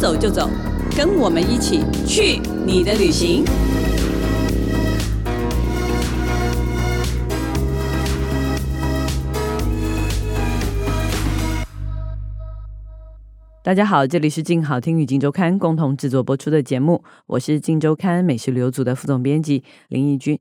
走就走，跟我们一起去你的旅行。大家好，这里是静好听与静周刊共同制作播出的节目，我是静周刊美食旅游组的副总编辑林义君。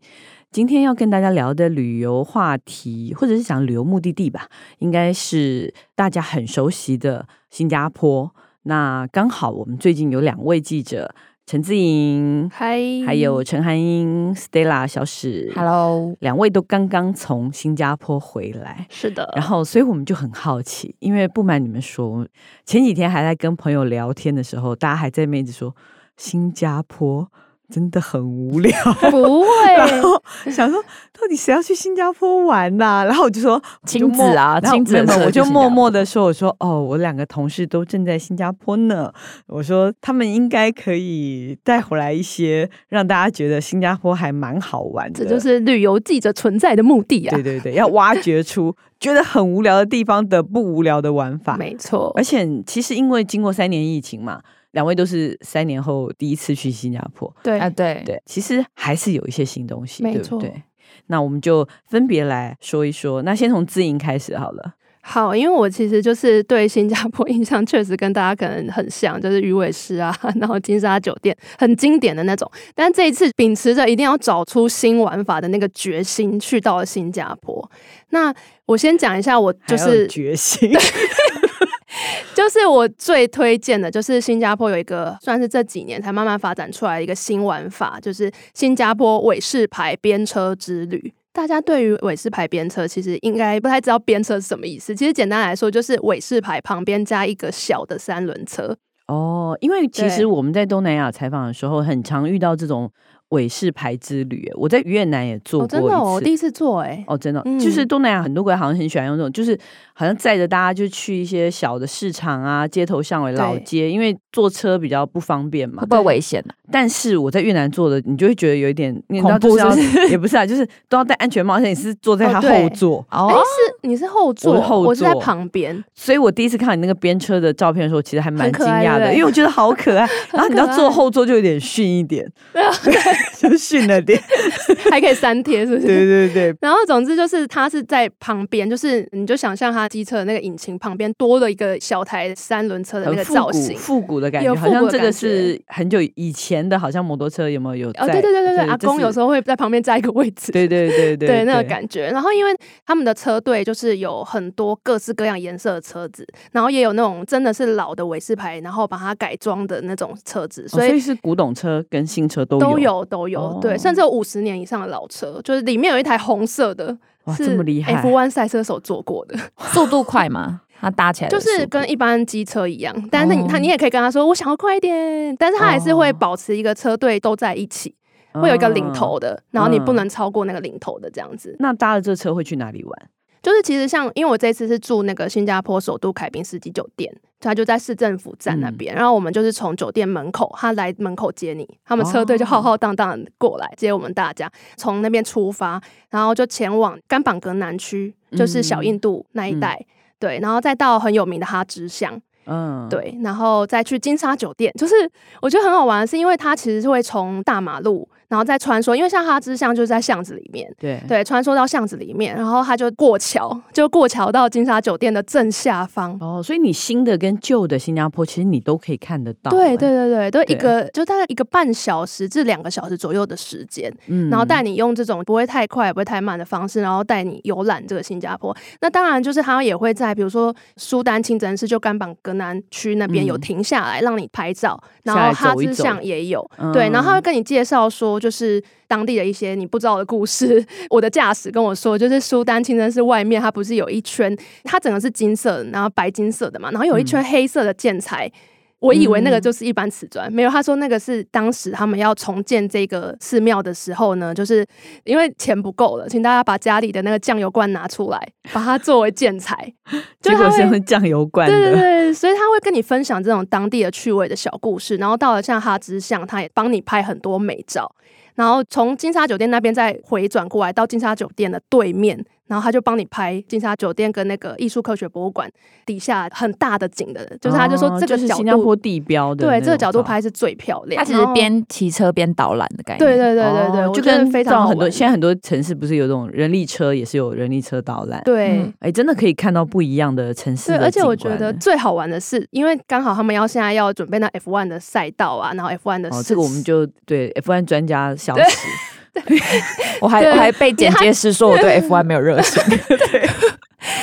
今天要跟大家聊的旅游话题，或者是想旅游目的地吧，应该是大家很熟悉的新加坡。那刚好我们最近有两位记者，陈志颖，嗨，还有陈涵英、Stella 小史 Hello，两位都刚刚从新加坡回来。是的，然后，所以我们就很好奇，因为不瞒你们说，我前几天还在跟朋友聊天的时候，大家还在妹子说新加坡真的很无聊，不 然会，后想说到底谁要去新加坡玩呐、然后我就说亲子啊我就默然后亲子没有没有很适合我就去新加坡默默的说，我说哦，我两个同事都正在新加坡呢，我说他们应该可以带回来一些让大家觉得新加坡还蛮好玩的，这就是旅游记者存在的目的啊对。对对，要挖掘出觉得很无聊的地方的不无聊的玩法。没错而，且其实因为经过三年疫情嘛，两位都是三年后第一次去新加坡，对啊，对，哎对，其实还是有一些新东西，没对不错对？那我们就分别来说一说。那先从自营开始好了。好，因为我其实就是对新加坡 印象确实跟大家可能很像，就是鱼尾狮啊，然后金沙酒店很经典的那种。但这一次秉持着一定要找出新玩法的那个决心，去到了新加坡。那我先讲一下，我就还有是决心，就是我最推荐的，就是新加坡有一个算是这几年才慢慢发展出来的一个新玩法，就是新加坡尾式牌边车之旅。大家对于尾式牌边车，其实应该不太知道边车是什么意思。其实简单来说，就是尾式牌旁边加一个小的三轮车。 哦，因为其实对我们在东南亚采访的时候，很常遇到这种尾式牌之旅。我在越南也做哦，过真一次，的、哦，我第一次做哎、哦，真的，嗯就是东南亚很多国家好像很喜欢用这种，就是好像载着大家就去一些小的市场啊、街头巷尾、老对街，因为坐车比较不方便嘛会。不会危啊险呢、但是我在越南坐的，你就会觉得有一点，你知道恐就怖是要是也不是啊，就是都要戴安全帽，而且你是坐在哦他对后座。哎、哦，是你是后座，我是后我是在座旁边， 所以我第一次看到你那个边车的照片的时候，其实还蛮很惊可爱讶对的，不对因为我觉得好可 爱。然后你知道可爱坐后座就有点逊一 点，就逊了点。还可以三贴，是不是？对对对，然后总之就是它是在旁边，就是你就想象它机车的那个引擎旁边多了一个小台三轮车的那很个复造古型。复古的感觉，有好复古像的这个感是很久以前的，好像摩托车有没有有在？哦，对对对对对，阿这公有是时候 会在旁边加一个位置。 对对对对对那个感觉。然后因为他们的车队就是有很多各式各样颜色的车子，然后也有那种真的是老的尾式牌，然后把它改装的那种车子，哦所所以是古董车跟新车都有都有都有，哦对，甚至有五十年以上的老车，就是里面有一台红色的哇，是这么厉害 F1 赛车手做过的。速度快吗？它搭起来的就速度是跟一般机车一样，但是你哦他你也可以跟他说我想要快一点，但是他还是哦会保持一个车队都在一起，会有一个领头的。的，然后你不嗯能超过那个领头的这样子。那搭了这车会去哪里玩？就是其实像因为我这次是住那个新加坡首都凯宾斯基酒店，它就在市政府站那边，然后我们就是从酒店门口，他来门口接你，他们车队就浩浩荡荡地过来接我们大家，从那边出发，然后就前往甘榜格南区，就是小印度那一带。对，然后再到很有名的哈芝巷，嗯，，对，然后再去金沙酒店，就是我觉得很好玩，是因为它其实是会从大马路，然后再穿梭，因为像哈芝巷就是在巷子里面，对对，穿梭到巷子里面，然后它就过桥，就过桥到金沙酒店的正下方。哦，所以你新的跟旧的新加坡，其实你都可以看得到。对哎，对对对，都对一个就大概一个半小时至两个小时左右的时间，嗯然后带你用这种不会太快、也不会太慢的方式，然后带你游览这个新加坡。那当然就是它也会在比如说苏丹清真寺就甘榜格南区那边嗯有停下来让你拍照，然下来后哈走一芝走巷也有，对，然后他会跟你介绍说，就是当地的一些你不知道的故事。 我的驾驶跟我说，就是苏丹清真寺外面，它不是有一圈，它整个是金色的，然后白金色的嘛，然后有一圈黑色的建材。我以为那个就是一般瓷砖，没有。他说那个是当时他们要重建这个寺庙的时候呢，就是因为钱不够了，请大家把家里的那个酱油罐拿出来，把它作为建材。就结他果会是用酱油罐对对的，对，所以他会跟你分享这种当地的趣味的小故事，然后到了像哈芝巷，他也帮你拍很多美照。然后从金沙酒店那边再回转过来到金沙酒店的对面，然后他就帮你拍金沙酒店跟那个艺术科学博物馆底下很大的景的，就是他就说哦这个是角新加度，坡地标的那种照，对这个角度拍是最漂亮。它其实然后边骑车边导览的概念。对对对对对，哦我就觉得跟非照常好很多玩现在很多城市不是有这种人力车，也是有人力车导览，对。嗯哎，真的可以看到不一样的城市对，的而且我景觉观得呢最好玩的是，因为刚好他们要现在要准备那 F1 的赛道啊，然后 F1 的哦，事这个我们就对 F1 专家小史， 我还对我还被剪接师说我对 F1 没有热 情。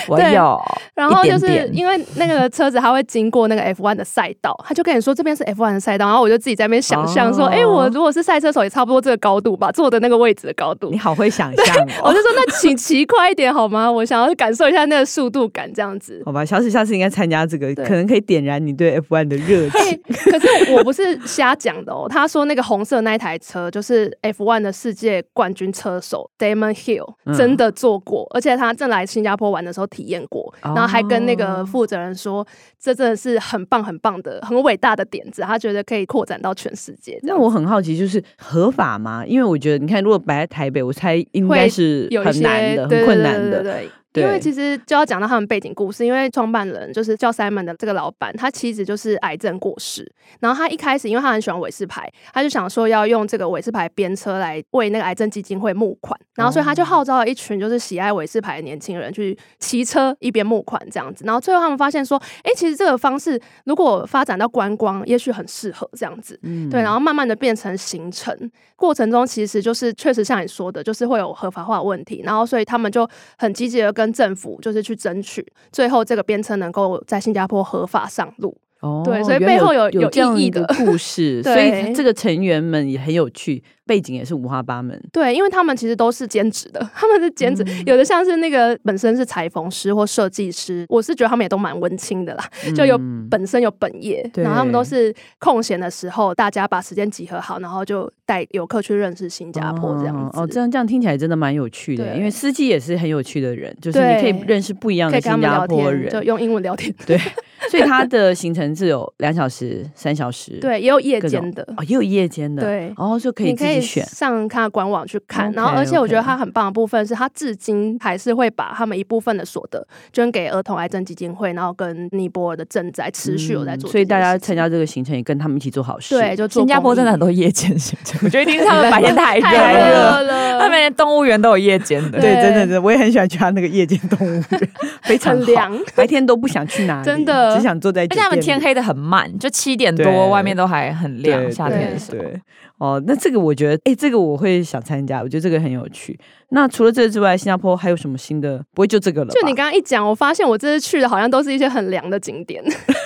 我对有，然后一就点是点因为那个车子它会经过那个 F1 的赛道，他就跟你说这边是 F1 的赛道，然后我就自己在那边想象说，哦哎、我如果是赛车手也差不多这个高度吧，坐的那个位置的高度你。好会想象我哦。就说那请 骑快一点好吗？我想要感受一下那个速度感这样子。好吧，小史下次应该参加这个，对可能可以点燃你对 F1 的热 情。哎、可是我不是瞎讲的哦。他说那个红色那一台车就是 F1 的世界冠军车手 Damon Hill 嗯真的坐过，而且他正来新加坡玩的时候体验过，然后还跟那个哦负责人说，这真的是很棒很棒的、很伟大的点子，他觉得可以扩展到全世界那这样。我很好奇，就是合法吗？因为我觉得，你看，如果摆在台北，我猜应该会是有一很些难的、很对对困对难对对的。对对因为其实就要讲到他们背景故事，因为创办人就是叫 Simon 的这个老板，他妻子就是癌症过世。然后他一开始，因为他很喜欢韦氏牌，他就想说要用这个韦氏牌编车来为那个癌症基金会募款。然后所以他就号召了一群就是喜爱韦氏牌的年轻人去骑车一边募款这样子。然后最后他们发现说，哎，其实这个方式如果发展到观光，也许很适合这样子。嗯对，然后慢慢的变成行程过程中，其实就是确实像你说的，就是会有合法化的问题，然后所以他们就很积极的跟政府就是去争取，最后这个编程能够在新加坡合法上路。哦对所以原来背后有有有这样意义一个的故事， 所对以这个成员们也很有趣，背景也是五花八门。对，因为他们其实都是兼职的，他们是兼职，嗯有的像是那个本身是裁缝师或设计师，我是觉得他们也都蛮文青的啦，就有嗯本身有本业，对然后他们都是空闲的时候，大家把时间集合好，然后就带游客去认识新加坡这样哦子。哦，哦这样这样听起来真的蛮有趣的，对因为司机也是很有趣的人，就是你可以对认识不一样可的以跟他新们加聊坡天，就人。用英文聊天。对， 所以他的行程是有两小时、三小时，，对，也有夜各种间的，哦，也有夜间的，，对。哦，就可以你自可以己选。上他的官网去看 OK，然后而且我觉得 OK 他很棒的部分是，他至今还是会把他们一部分的所得捐给儿童癌症基金会，然后跟尼泊尔的赈灾持续有在做、嗯所以大家参加这个行程也跟他们一起做好事。对，就做新加坡公益真的很 多夜间行 程，我觉得一定是他们白天太热太热了，了，他们连动物园都有夜间的。对真的真的，我也很喜欢去他那个夜间动物园， 非常很好凉， 白天都不想去哪里，真的只想坐在酒而且店里。他们天黑的很慢，就七点对多，外面都还很亮，对夏对天的时候。对，哦，那这个我觉得，哎、这个我会想参加，我觉得这个很有趣。那除了这个之外，新加坡还有什么新的？不会就这个了吧？就你刚刚一讲，我发现我这次去的好像都是一些很凉的景点。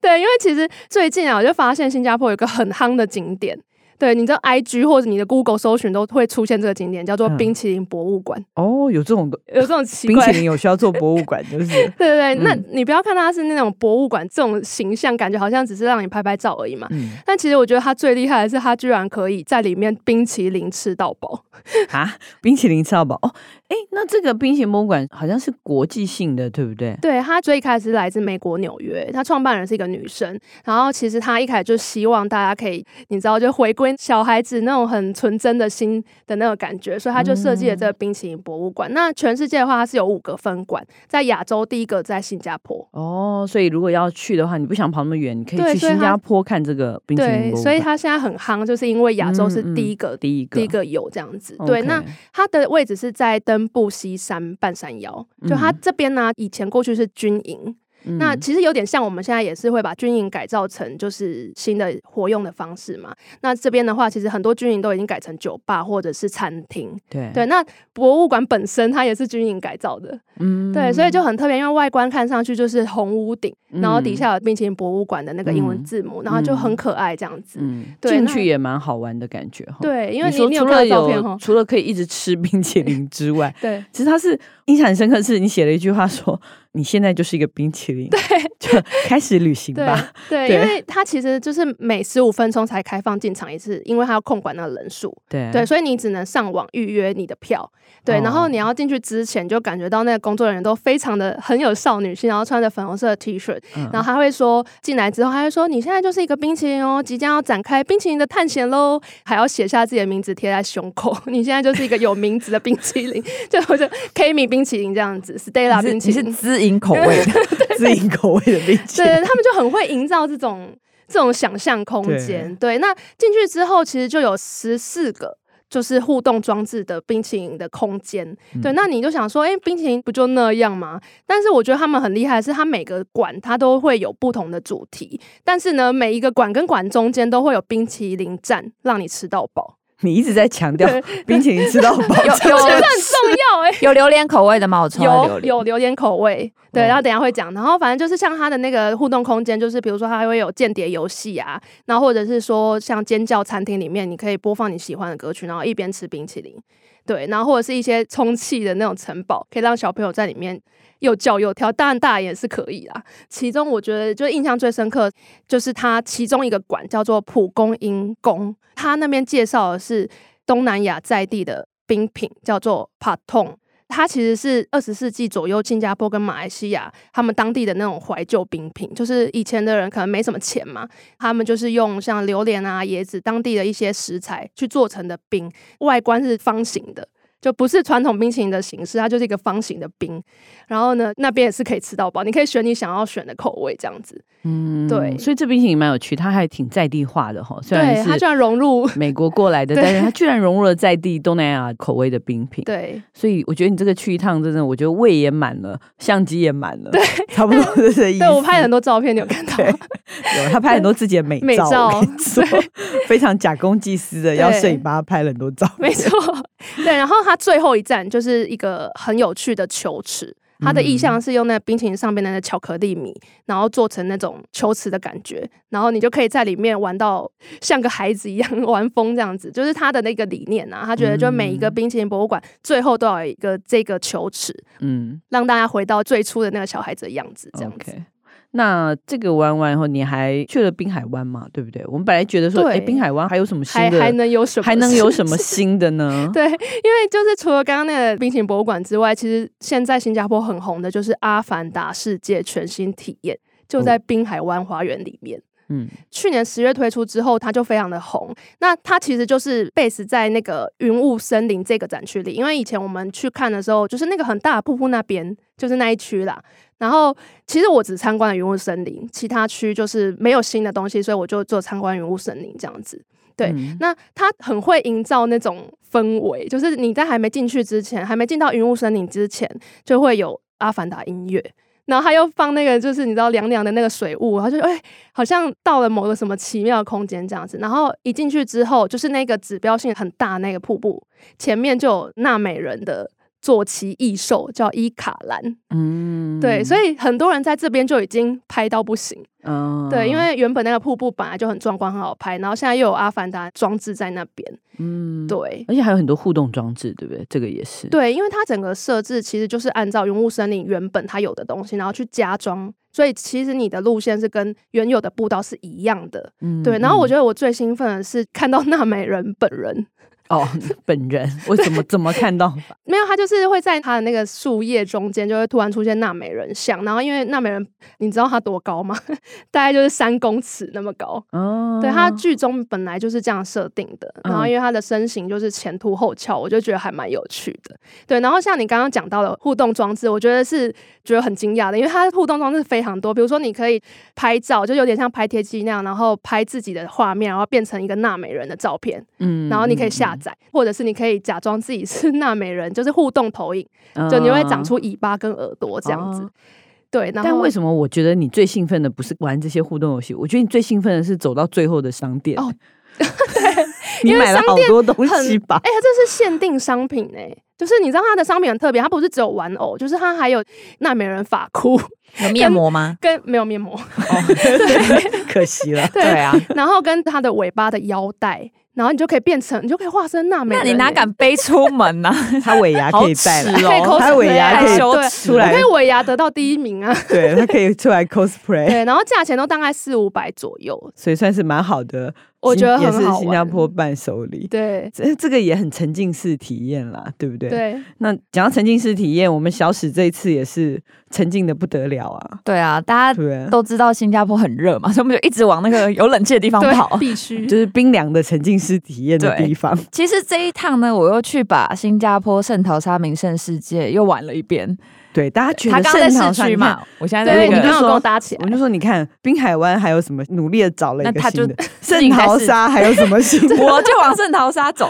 对，因为其实最近啊，我就发现新加坡有一个很夯的景点。对，你知道 I G 或者你的 Google 搜寻都会出现这个景点，叫做嗯冰淇淋博物馆，哦，有这种的有这种奇冰怪淇。淋有需要做博物馆， 就是。对对对，嗯那你不要看它是那种博物馆这种形象，感觉好像只是让你拍拍照而已嘛。嗯但其实我觉得它最厉害的是，它居然可以在里面冰淇淋吃到饱。啊，冰淇淋吃到饱哦，哎，那这个冰淇淋博物馆好像是国际性的，对不对？对他最开始来自美国纽约，他创办人是一个女生，然后其实他一开始就希望大家可以，你知道，就回归小孩子那种很纯真的心的那个感觉，所以他就设计了嗯这个冰淇淋博物馆。那全世界的话，它是有五个分馆，在亚洲第一个在新加坡。哦，所以如果要去的话，你不想跑那么远，你可以对去所以新它加坡看这个冰淇淋对，博物馆。所以他现在很夯，就是因为亚洲是嗯嗯第一个、第一个，第一个有这样子。对， OK 那它的位置是在登布西山半山腰，就它嗯这边呢、以前过去是军营，嗯那其实有点像我们现在也是会把军营改造成就是新的活用的方式嘛。那这边的话，其实很多军营都已经改成酒吧或者是餐厅。对对，那博物馆本身它也是军营改造的，嗯对，所以就很特别，因为外观看上去就是红屋顶，然后底嗯下有冰淇淋博物馆的那个英文字母，然后就很可爱这样子。嗯，对进那去也蛮好玩的感觉哈。对，因为你你说你有除看到了照片哈哦有？除 ，了可以一直吃冰淇淋之外对 其实他是印象很深刻，是你写了一句话说，你现在就是一个冰淇淋，对，就开始旅行对吧。对，对因为它其实就是每十五分钟才开放进场一次，因为它要控管那个人数。对啊对，所以你只能上网预约你的票。对，然哦后你要进去之前，就感觉到那个工作人员都非常的很有少女心，然后穿着粉红色的 T 恤，嗯然后他会说进来之后，他会说你现在就是一个冰淇淋哦，即将要展开冰淇淋的探险喽，还要写下自己的名字贴在胸口，你现在就是一个有名字的冰淇淋， 就我就 K 米冰淇淋这样子，Stella 冰你是淇你是淋，滋营口味的，，自己口味的冰淇对，淋，他们就很会营造这种这种想象空间。对，那进去之后，其实就有十四个。就是互动装置的冰淇淋的空间，对，那你就想说，哎、冰淇淋不就那样吗？但是我觉得他们很厉害，是它每个馆它都会有不同的主题，但是呢，每一个馆跟馆中间都会有冰淇淋站，让你吃到饱，你一直在强调对冰淇淋吃到饱 有这很 有重要哎、有榴莲口味的吗？我超爱榴有莲。嗯有榴莲口味，对，哦然后等一下会讲。然后反正就是像它的那个互动空间，就是比如说它会有间谍游戏啊，然后或者是说像尖叫餐厅里面，你可以播放你喜欢的歌曲，然后一边吃冰淇淋，对，然后或者是一些充气的那种城堡，可以让小朋友在里面又叫又跳，当然大人也是可以啦。其中我觉得就印象最深刻，就是它其中一个馆叫做蒲公英宫，它那边介绍的是东南亚在地的冰品，叫做 p a t o n 它其实是二十世纪左右新加坡跟马来西亚他们当地的那种怀旧冰品，就是以前的人可能没什么钱嘛，他们就是用像榴莲啊、椰子当地的一些食材去做成的冰，外观是方形的。就不是传统冰淇淋的形式，它就是一个方形的冰。然后呢，那边也是可以吃到饱，你可以选你想要选的口味这样子。嗯对所以这冰淇淋蛮有趣，它还挺在地化的哈，虽对，然它是居然融入， 美国过来的，对但是它居然融入了在地东南亚口味的冰品，对所以我觉得你这个去一趟，真的，我觉得胃也满了，相机也满了，对，差不多是这意思。对，我拍了很多照片，你有看到对吗？有他拍很多自己的美照，美照 我跟你说非常假公济私的，对要摄影帮他拍了很多照片， 没错，对。然后它最后一站就是一个很有趣的球池，它的意嗯象是用那冰淇淋上面的那巧克力米，然后做成那种球池的感觉，然后你就可以在里面玩到像个孩子一样 玩疯这样子，就是它的那个理念啊。他觉得就每一个冰淇淋博物馆最后都要有一个这个球池，嗯让大家回到最初的那个小孩子的样子，这样子。 ，OK。那这个玩完以后，你还去了滨海湾嘛？对不对？我们本来觉得说，对哎，滨海湾还有什么新还的？还能有什么？还能有什么新的呢？ 对，因为就是除了刚刚那个冰淇淋博物馆之外，其实现在新加坡很红的就是《阿凡达世界全新体验》，就在滨海湾花园里面。嗯，去年十月推出之后，它就非常的红。那它其实就是 base 在那个云雾森林这个展区里，因为以前我们去看的时候，就是那个很大的瀑布那边，就是那一区啦。然后其实我只参观了云雾森林，其他区就是没有新的东西，所以我就做参观云雾森林这样子。对嗯那它很会营造那种氛围，就是你在还没进去之前，还没进到云雾森林之前，就会有阿凡达音乐，然后它又放那个就是你知道凉凉的那个水雾，然后就哎、好像到了某个什么奇妙的空间这样子。然后一进去之后，就是那个指标性很大的那个瀑布前面就有纳美人的坐骑异兽叫伊卡兰，嗯对，所以很多人在这边就已经拍到不行。嗯对，因为原本那个瀑布本来就很壮观，很好拍，然后现在又有阿凡达装置在那边。嗯，对，而且还有很多互动装置，对不对？这个也是，对，因为它整个设置其实就是按照云雾森林原本它有的东西，然后去加装，所以其实你的路线是跟原有的步道是一样的。嗯对，然后我就觉得我最兴奋的是看到纳美人本人，哦，本人我怎么怎么看到法？没有，他就是会在他的那个树叶中间，就会突然出现纳美人像。然后因为纳美人，你知道他多高吗？ 大概就是三公尺那么高。哦，嗯 对，他剧中本来就是这样设定的。然后因为他的身形就是前凸后翘，我就觉得还蛮有趣的。对，然后像你刚刚讲到的互动装置，我觉得是觉得很惊讶的，因为它的互动装置非常多。比如说你可以拍照，就有点像拍贴机那样，然后拍自己的画面，然后变成一个纳美人的照片。嗯然后你可以下载，或者是你可以假装自己是纳美人，就是互动投影，就你会嗯长。出尾巴跟耳朵这样子。哦对，然后但为什么我觉得你最兴奋的不是玩这些互动游戏？我觉得你最兴奋的是走到最后的商店。哦，你欸 因为买了商好店多东很西 吧？哎、这是限定商品哎、就是你知道它的商品很特别，它不是只有玩偶，就是它还有纳美人发箍有面膜吗？跟没有面膜，可惜了。对啊，然后跟它的尾巴的腰带，然后你就可以变成，你就可以化身娜美那人你耶。哪敢背出门呢？他尾牙可以带好了，耻可以哦 cosplay 啊他尾牙可以太羞对耻出我来可以尾牙得到第一名啊！对他可以出来哎 cosplay，对，然后价钱都大概四五百左右，所以算是蛮好的，我觉得也很是好玩。新加坡伴手礼。对这这个也很沉浸式体验啦，对不对？。对，那讲到沉浸式体验，我们小史这一次也是沉浸的不得了啊， 对啊，大对家不对？ 都知道新加坡很热嘛，所以我们就一直往那个有冷气的地方对跑。必须就是冰凉的沉浸式体验的对地方，其实这一趟呢，我又去把新加坡圣淘沙名胜世界又玩了一遍。对大家觉他得刚刚在圣淘市沙区你看嘛，我现在在对，我那你们刚就刚有个说跟我搭起我们来，就说，你看滨海湾还有什么？努力的找了一那个他新就的 自己圣开淘始沙，还有什么 新的？ 我就往圣淘沙走。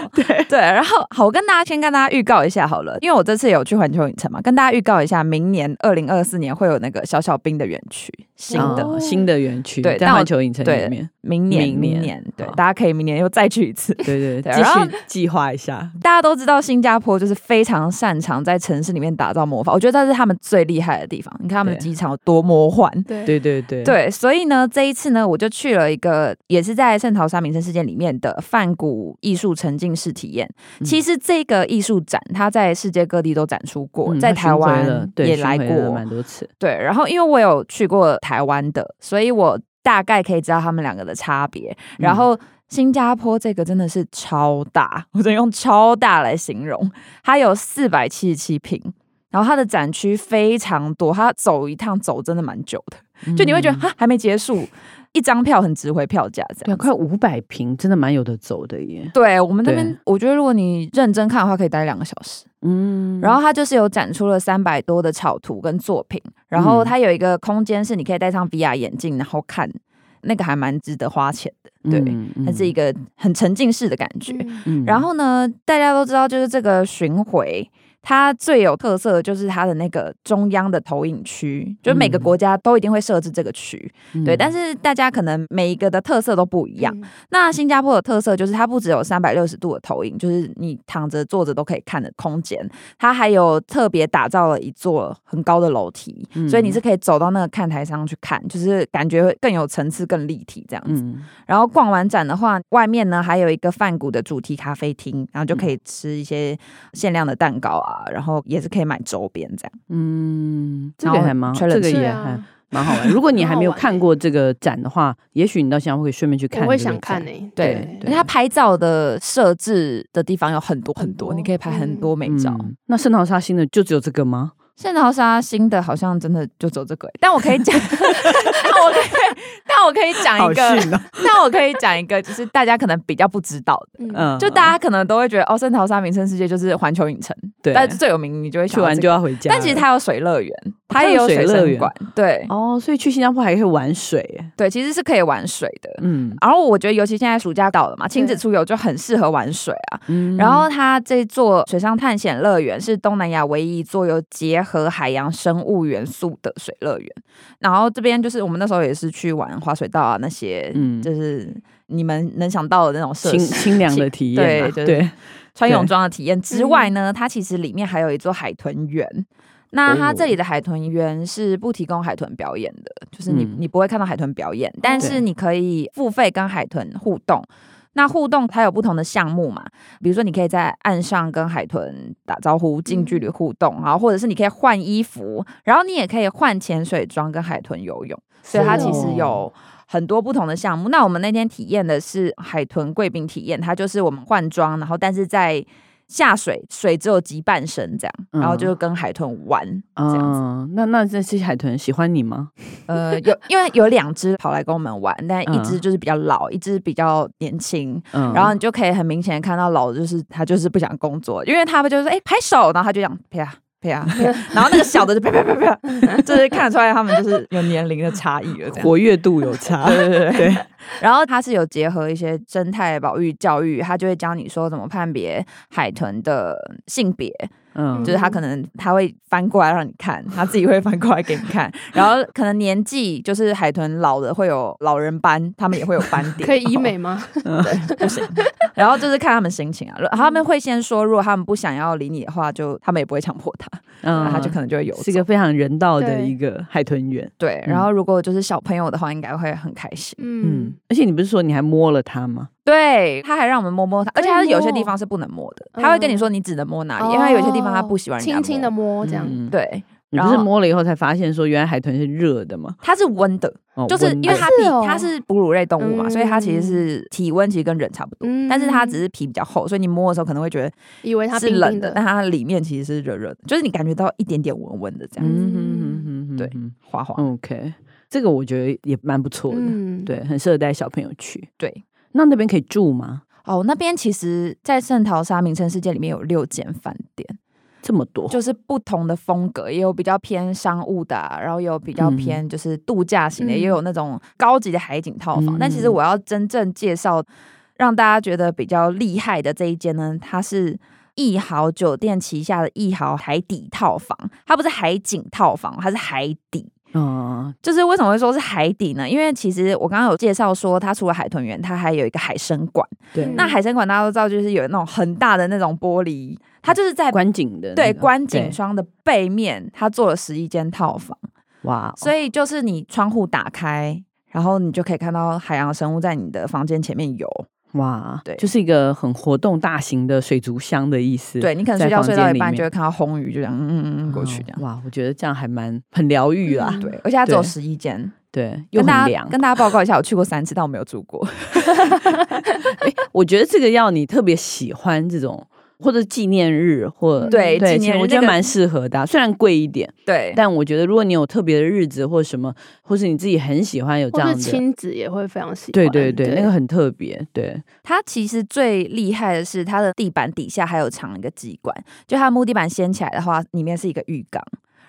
对然后好，我跟大家先跟大家预告一下好了，因为我这次有去环球影城嘛，跟大家预告一下，明年二零二四年会有那个小小兵的园区，新的。哦新的园区，对在但我环球影城对里面， 明年，明年明年，对好，大家可以明年又再去一次。对对，对继然后续计划一 下，大家都知道新加坡就是非常擅长在城市里面打造魔法，我觉得这是他们最厉害的地方。你看他们的对机场有多魔幻，对对对对，对，所以呢，这一次呢，我就去了一个也是在圣淘沙名胜事件里面的梵谷艺术沉浸式体验。嗯其实这个艺术展它在世界各地都展出过，嗯在它台巡回了湾对也巡来回过了，蛮多次，对，然后因为我有去过台湾的，所以我大概可以知道他们两个的差别。嗯然后新加坡这个真的是超大，我只能用超大来形容，它有四百七十七平。然后它的展区非常多，它走一趟走真的蛮久的，就你会觉得嗯哈还没结束，一张票很值回票价这对，样快子。五百平，真的蛮有的走的耶，对我们那边对，我觉得如果你认真看的话，可以待两个小时。嗯然后它就是有展出了三百多的草图跟作品，然后它有一个空间是你可以戴上 VR 眼镜，然后看，那个还蛮值得花钱的，对它是一个，个很沉浸式的感觉。嗯嗯嗯然后呢，大家都知道，就是这个巡回。它最有特色的就是它的那个中央的投影区，就是每个嗯嗯国家都一定会设置这个区，对。但是是大家可能每一个的特色都不一样，嗯那新加坡的特色就是它不只有三百六十度的投影，就是你躺着坐着都可以看的空间，它还有特别打造了一座很高的楼梯，嗯所以你是可以走到那个看台上去看，就是感觉会更有层次、更立体这样子。嗯然后逛完展的话，外面呢还有一个饭谷的主题咖啡厅，然后就可以吃一些限量的蛋糕啊，然后也是可以买周边这样。嗯，这然个后还蛮好，吹冷这个气对也啊还蛮好玩。 如果你还没有很好玩看过这个展的话，也许你到新加坡可以顺便去看，我会想看。欸诶，对因为它拍照的设置的地方有很多很多，很多你可以拍很多美照。嗯，那圣淘沙新的就只有这个吗？圣淘沙新的好像真的就走这个、欸，但我可以讲， 但我可以，但我可以讲好一逊个，哦， 但我可以讲一个，就是大家可能比较不知道的，嗯嗯，就大家可能都会觉得哦，圣淘沙名胜世界就是环球影城，对，但是最有名你就会想去到完这就个要回家了。但其实它有水乐园，它它有也有水水乐生园馆，对哦，所以去新加坡还可以玩水耶。对，其实是可以玩水的。嗯然后我觉得，尤其现在暑假到了嘛，亲子出游就很适合玩水啊。嗯然后它这座水上探险乐园是东南亚唯一一座有结合海洋生物元素的水乐园。然后这边就是我们那时候也是去玩滑水道啊那些，嗯就是你们能想到的那种设清施、清凉的体验嘛，对就是对，嗯穿泳装的体验之外呢，它其实里面还有一座海豚园。那它这里的海豚园是不提供海豚表演的，就是你嗯你不会看到海豚表演，但对是你可以付费跟海豚互动。那互动它有不同的项目嘛，比如说你可以在岸上跟海豚打招呼，近距离互动，然后或者是你可以换衣服，然后你也可以换潜水装跟海豚游泳，所以它其实哦有很多不同的项目。那我们那天体验的是海豚贵宾体验，它就是我们换装，然后但是在下水，水只有及半身这样，嗯然后就跟海豚玩、这样子。嗯，那那这些海豚喜欢你吗？呃，有因为有两只跑来跟我们玩，但一只嗯就是比较老，一只比较年轻。嗯，然后你就可以很明显的看到老的就是他就是不想工作，因为他们就是哎、拍手，然后他就这样啪啪啪，然后那个小的就啪啪啪啪，就是看得出来他们就是有年龄的差异了。这样活跃度有 差，对对对，然后它是有结合一些生态保育教育，它就会教你说怎么判别海豚的性别，嗯就是它可能它会翻过来让你看，它自己会翻过来给你看。然后可能年纪就是海豚老的会有老人斑，他们也会有斑点，可以医美吗？不行。然后就是看他们心情啊，然后他们会先说，如果他们不想要理你的话，就他们也不会强迫他。嗯它就可能就会游是一走。个非常人道的对一个海豚园。对，然后如果就是小朋友的话，应该会很开心。嗯嗯，，而且你不是说你还摸了它吗？对，它还让我们摸摸它，而且它可以是有些地摸嗯方是不能摸的，它会跟你说你只能摸哪里，因为它有些地方它不喜欢人家哦轻轻的摸。摸这样。嗯，对，你然不是后摸了以后才发现说原来海豚是热的吗？它是温的，哦就是温因为的它比是哦它是哺乳类动物嘛，所以它其实嗯是体温其实跟人差不多，嗯但是它只是皮比较厚，所以你摸的时候可能会觉得以为它是冰冷冰的，但它里面其实是热热的，就是你感觉到一点点温温的这嗯样，哼哼哼哼，对哼滑滑。 ，OK，这个我觉得也蛮不错的，嗯，对，很适合带小朋友去。对，那那边可以住吗？哦，那边其实，在圣淘沙名城世界里面有六间饭店，这么多，就是不同的风格，也有比较偏商务的啊、然后也有比较嗯偏就是度假型的，嗯也有那种高级的海景套房。但其实嗯我要真正介绍让大家觉得比较厉害的这一间呢，它是。逸豪酒店旗下的逸豪海底套房，它不是海景套房，它是海底。嗯，就是为什么会说是海底呢？因为其实我刚刚有介绍说，它除了海豚园，它还有一个海参馆。对，那海参馆大家都知道，就是有那种很大的那种玻璃，它就是在观景的那对，个观景对窗的背面，它做了十一间套房，哇哦，所以就是你窗户打开，然后你就可以看到海洋生物在你的房间前面游。哇，对就是一个很活动大型的水族箱的意思。对你可能在睡觉房睡到间一里半，面就会看到红鱼，就这样嗯嗯嗯哦，过去这样。哇，我觉得这样还蛮很疗愈啦。嗯对，而且它只有对十一间，对，又很跟大凉嗯家。跟大家报告一下，我去过三次，但我没有住过。我觉得这个要你特别喜欢这种，或者纪念日，或对对，其纪实念日我那觉得个蛮适合的啊、虽然贵一点，对，但我觉得如果你有特别的日子或什么，或是你自己很喜欢有这或样是的。亲子也会非常喜欢。对对对，那个很特别，对，它其实最厉害的是它的地板底下还有藏一个机关，就它的木地板掀起来的话，里面是一个浴缸，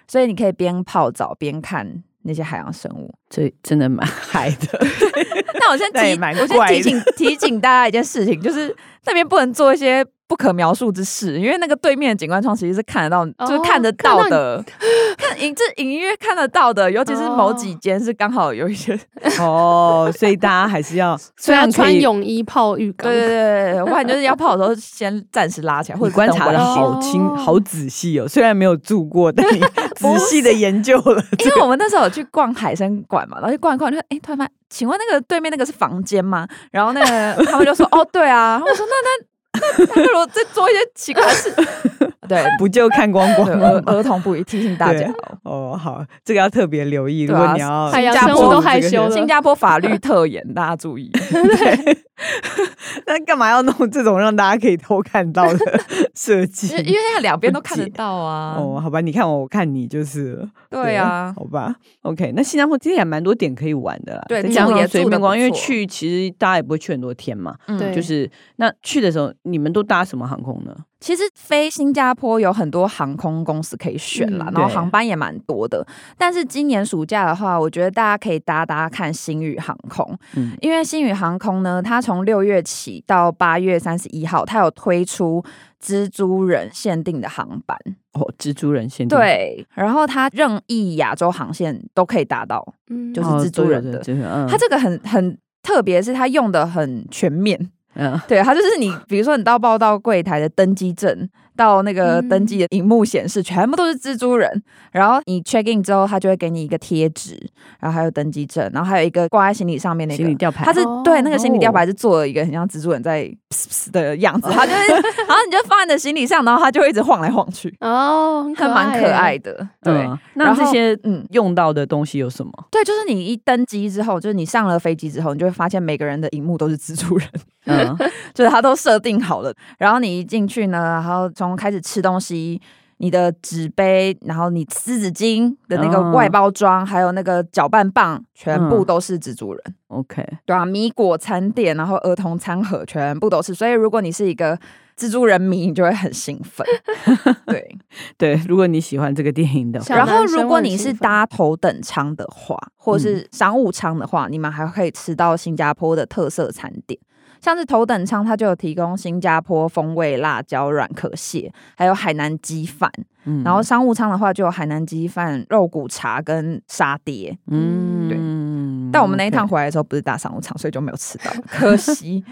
所以你可以边泡澡边看那些海洋生物。这真的蛮 嗨的。 但我先那也提，蛮我先怪的提醒 提醒大家一件事情，就是那边不能做一些不可描述之事，因为那个对面的景观窗其实是看得到，就是哦看得到 的，看隐这隐约看得到的，尤其是某几间是刚好有一些，哦，所以大家还是要虽虽然然可穿以泳衣泡浴缸，对对对对，我感觉就是要泡的时候先暂时拉起来，或你者 观等察晚的一点好清、哦好仔细哦，虽然没有住过， 但你仔细的研究了。因为我们那时候有去逛海参馆嘛，然后去逛一逛，就哎、诶突然发现，请问那个对面那个是房间吗？然后那 个他们就说，哦，对啊。然后我说，那那那那如果再做一些奇怪的 事，对。不就看光光对了儿 吗？儿童不宜提醒大家对哦，哦，好，这个要特别留意。对如啊果你要海洋新加哎生坡物都这个害羞新了。加坡法律特严，大家注 意。那干嘛要弄这种让大家可以偷看 到的设计因？为因为那两边都看得到啊。哦，好吧，你看我，我看你就是了。对啊，好吧，OK。那新加坡其实也蛮多点可以玩的啦，对在你加们也上住随得便不逛，因为错去其实大家也不会去很多天嘛，嗯对就是那去的时候你们都搭什么航空呢？其实飞新加坡有很多航空公司可以选啦，嗯然后对航班也蛮多的。但是今年暑假的话，我觉得大家可以搭搭看星宇航空，嗯因为星宇航空呢，它从六月起到八月三十一号，它有推出蜘蛛人限定的航班，哦，蜘蛛人限定，对，嗯然后它任意亚洲航线都可以达到。嗯就是哦，蜘蛛对人对的蜘蛛人嗯，它这个很很特别，是它用的很全面。嗯对，它就是你，比如说你到报到柜台的登机证，到那个嗯登机的荧幕显示，全部都是蜘蛛人。然后你 check in 之后，它就会给你一个贴纸，然后还有登机证，然后还有一个挂在行李上面那行李个。吊牌，它是哦对那个行李吊牌是做了一个很像蜘蛛人在噗噗噗的样子，它就是，然后你就放在你的行李上，然后它就会一直晃来晃去，哦，很还蛮可爱。的。对，嗯然那这后些嗯，用到的东西有什么？对，就是你一登机之后，就是你上了飞机之后，你就会发现每个人的荧幕都是蜘蛛人， 嗯，就是它都设定好了。然后你一进去呢，然后从开始吃东西，你的纸杯，然后你湿纸巾的那个哦外包装，还有那个搅拌棒，全部嗯都是蜘蛛人。 OK，对啊，米果餐店，然后儿童餐盒全部都是。所以如果你是一个蜘蛛人迷，你就会很兴奋。 对，对，如果你喜欢这个电影的话，小然后男生如果会你很是兴奋搭头等舱的话，或嗯是商务舱的话，你们还可以吃到新加坡的特色餐点。像是头等舱，它就有提供新加坡风味辣椒软壳蟹，还有海南鸡饭。嗯然后商务舱的话，就有海南鸡饭、肉骨茶跟沙爹。嗯，对但我们那一趟 OK 回来的时候不是大商务舱，所以就没有 吃到，可惜。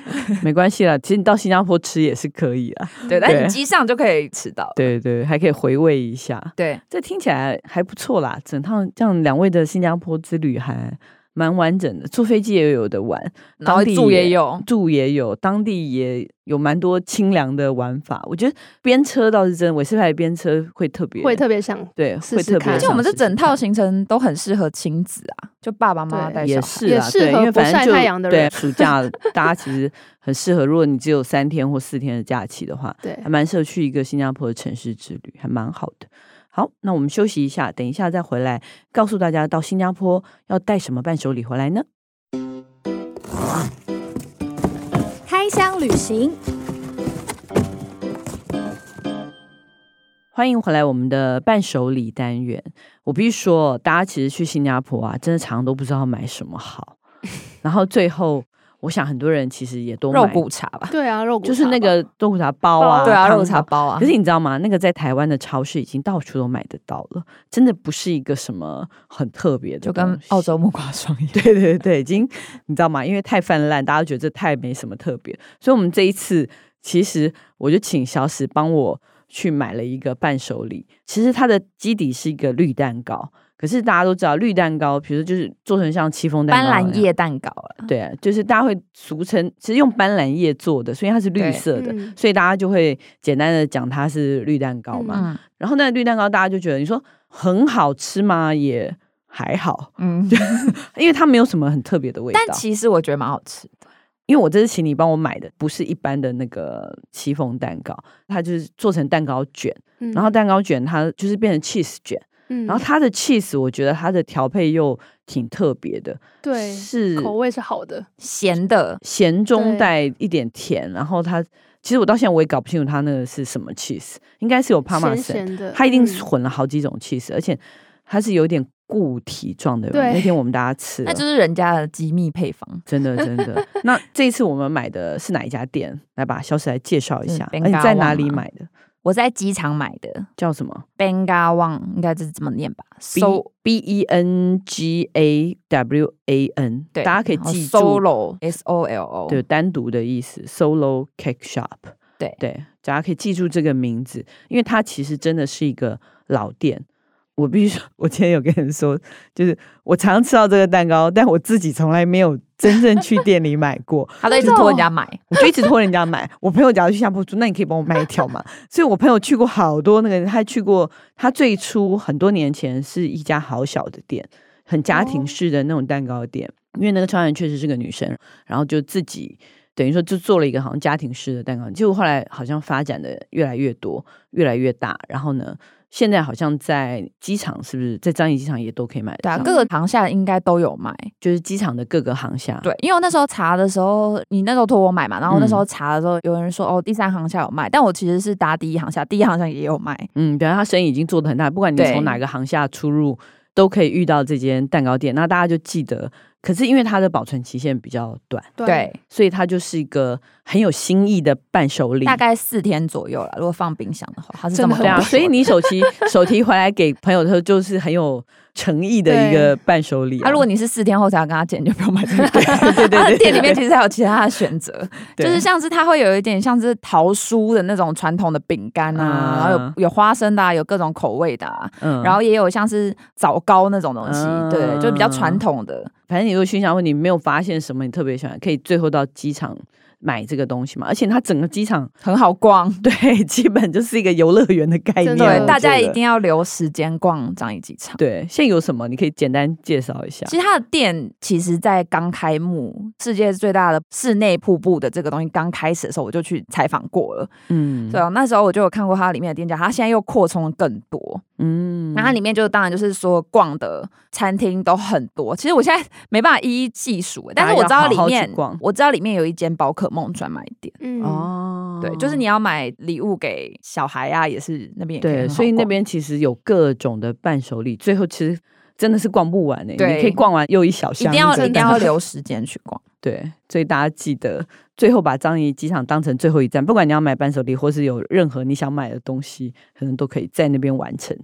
没关系啦，其实你到新加坡吃也是可以啦。对，但对你机上就可以吃到。对对，还可以回味一下。对，这听起来还不错啦，整趟这样两位的新加坡之旅还蛮完整的，坐飞机也有的玩，然后当地住也也有，住也有，当地也有蛮多清凉的玩法。我觉得边车倒是真的，韦斯牌边车会特别会特别想对，试会试特别。看而且我们这是整套行程都很适合亲子啊，就爸爸妈妈对带小也孩。是也啊，适对，因合为不反正晒就太阳的对人暑假，大家其实很适合。如果你只有三天或四天的假期的话，对还蛮适合去一个新加坡的城市之旅，还蛮好的。好，那我们休息一下，等一下再回来，告诉大家到新加坡要带什么伴手礼回来呢？开箱旅行，欢迎回来我们的伴手礼单元。我必须说，哦大家其实去新加坡啊，真的常常都不知道买什么 好。然后最后，我想很多人其实也都肉买，骨茶吧，对啊，肉骨就是茶那吧个豆腐茶包啊，对啊，汤肉骨茶包啊可。是你知道吗？那个在台湾的超市已经到处都买得到了，真的不是一个什么很特别的，就跟澳。洲 木瓜霜一样，对对对，已经你知道吗？因为太泛滥，大家觉得这太没什么特别，所以我们这一次其实我就请小史帮我去买了一个伴手礼。其实它的基底是一个绿蛋糕，可是大家都知道绿蛋糕，比如说就是做成像戚风蛋斑糕那样，斓叶蛋糕啊，对，就是大家会俗称，其实用斑斓叶做的，所以它是绿对色的，嗯所以大家就会简单的讲它是绿蛋糕嘛。嗯然后那个绿蛋糕大家就觉得你说很好吃吗？也还好，嗯，因为它没有什么很特别的味道。但其实我觉得蛮好吃的，因为我这次请你帮我买的，不是一般的那个戚风蛋糕，它就是做成蛋糕卷，嗯然后蛋糕卷它就是变成 cheese 卷，嗯然后它的 cheese 我觉得它的调配又挺特别的，对是口味是好的，咸的，咸中对带一点甜，然后它其实我到现在我也搞不清楚它那个是什么 cheese，应该是有帕玛咸森，咸的，它一定嗯是混了好几种 cheese，、而且它是有点固体状的。对那天我们大家吃了那就，是人家的机密配方。真的真 的。那这一次我们买的是哪一家店？来吧，小史来介绍一是下。哎， Bengawan 你在哪里吗买的？我在机场买的叫什么 b e n g a w a n 应该是这么念吧？B ？So B E N G A W A N，对，大家可以然后记住， Solo S O L O，对，单独的意思，Solo Cake Shop。对，对，大家可以记住这个名字，因为它其实真的是一个老店。我必须说，我今天有跟人说，就是我常吃到这个蛋糕，但我自己从来没有真正去店里买过他都一直托人家买，我就一直托人家买。我朋友假如去下坡住，那你可以帮我买一条嘛？所以我朋友去过好多那个，他去过，他最初很多年前是一家好小的店，很家哦庭式的那种蛋糕店。因为那个创始人确实是个女生，然后就自己等于说就做了一个好像家庭式的蛋糕，结果后来好像发展的越来越多，越来越大。然后呢，现在好像在机场是不是在樟宜机场也都可以买对得啊，到？各个航厦应该都有卖。就是机场的各个航厦。对，因为我那时候查的时候，你那时候托我买嘛，然后我那时候查的时候，有人说哦，第三航厦有卖，但我其实是搭第一航厦，第一航厦也有卖。嗯，表示他生意已经做得很大，不管你对从哪个航厦出入，都可以遇到这间蛋糕店。那大家就记得，可是因为它的保存期限比较短，对，对，所以它就是一个很有新意的伴手礼。大概四天左右了，如果放冰箱的话，它是这真么的对啊，多所以你手提手提回来给朋友的时候，就是很有诚意的一个伴手礼、啊，如果你是四天后才要跟他见，你就不用买这个。 对对他对，的店里面其实还有其他的选择，对就是像是它会有一点像是桃酥的那种传统的饼干啊，啊然后有有花生的、啊，有各种口味的、啊，嗯然后也有像是枣糕那种东西，嗯对，就比较传统的。反正你如果去新加坡，你没有发现什么你特别喜欢，可以最后到机场买这个东西嘛。而且它整个机场 很好逛，对，基本就是一个游乐园的概念。真的我对，大觉家得一定要留时间逛樟宜机场。对，现在有什么？你可以简单介绍一下。其实它的店其实，在刚开幕，世界最大的室内瀑布的这个东西刚开始的时候，我就去采访过了。嗯对啊，那时候我就有看过它里面的店家，它现在又扩充了更多。嗯那它里面就当然就是说逛的餐厅都很多，其实我现在没办法一一细数，欸但是我知道大家里要好好面去逛我知道里面有一间宝可梦专卖店，嗯哦对，就是你要买礼物给小孩啊，也是那边也可对，很好所以那逛边其实有各种的伴手礼，最后其实真的是逛不完诶、欸对你可以逛完又一小一箱，定要真一的定要留时间去逛，对，所以大家记得最后把樟宜机场当成最后一站，不管你要买伴手礼或是有任何你想买的东西，可能都可以在那边完成。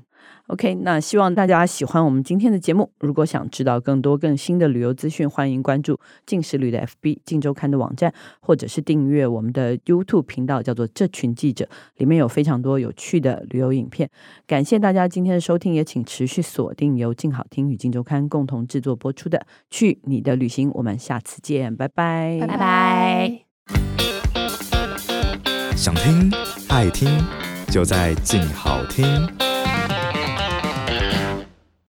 OK，那希望大家喜欢我们今天的节目。如果想知道更多更新的旅游资讯，欢迎关注“近时旅”的 FB、近周刊的网站，或者是订阅我们的 YouTube 频道，叫做“这群记者”，里面有非常多有趣的旅游影片。感谢大家今天的收听，也请持续锁定由“静好听”与“静周刊”共同制作播出的《去你的旅行》，我们下次见，拜拜。拜拜。想听爱听，就在静好听。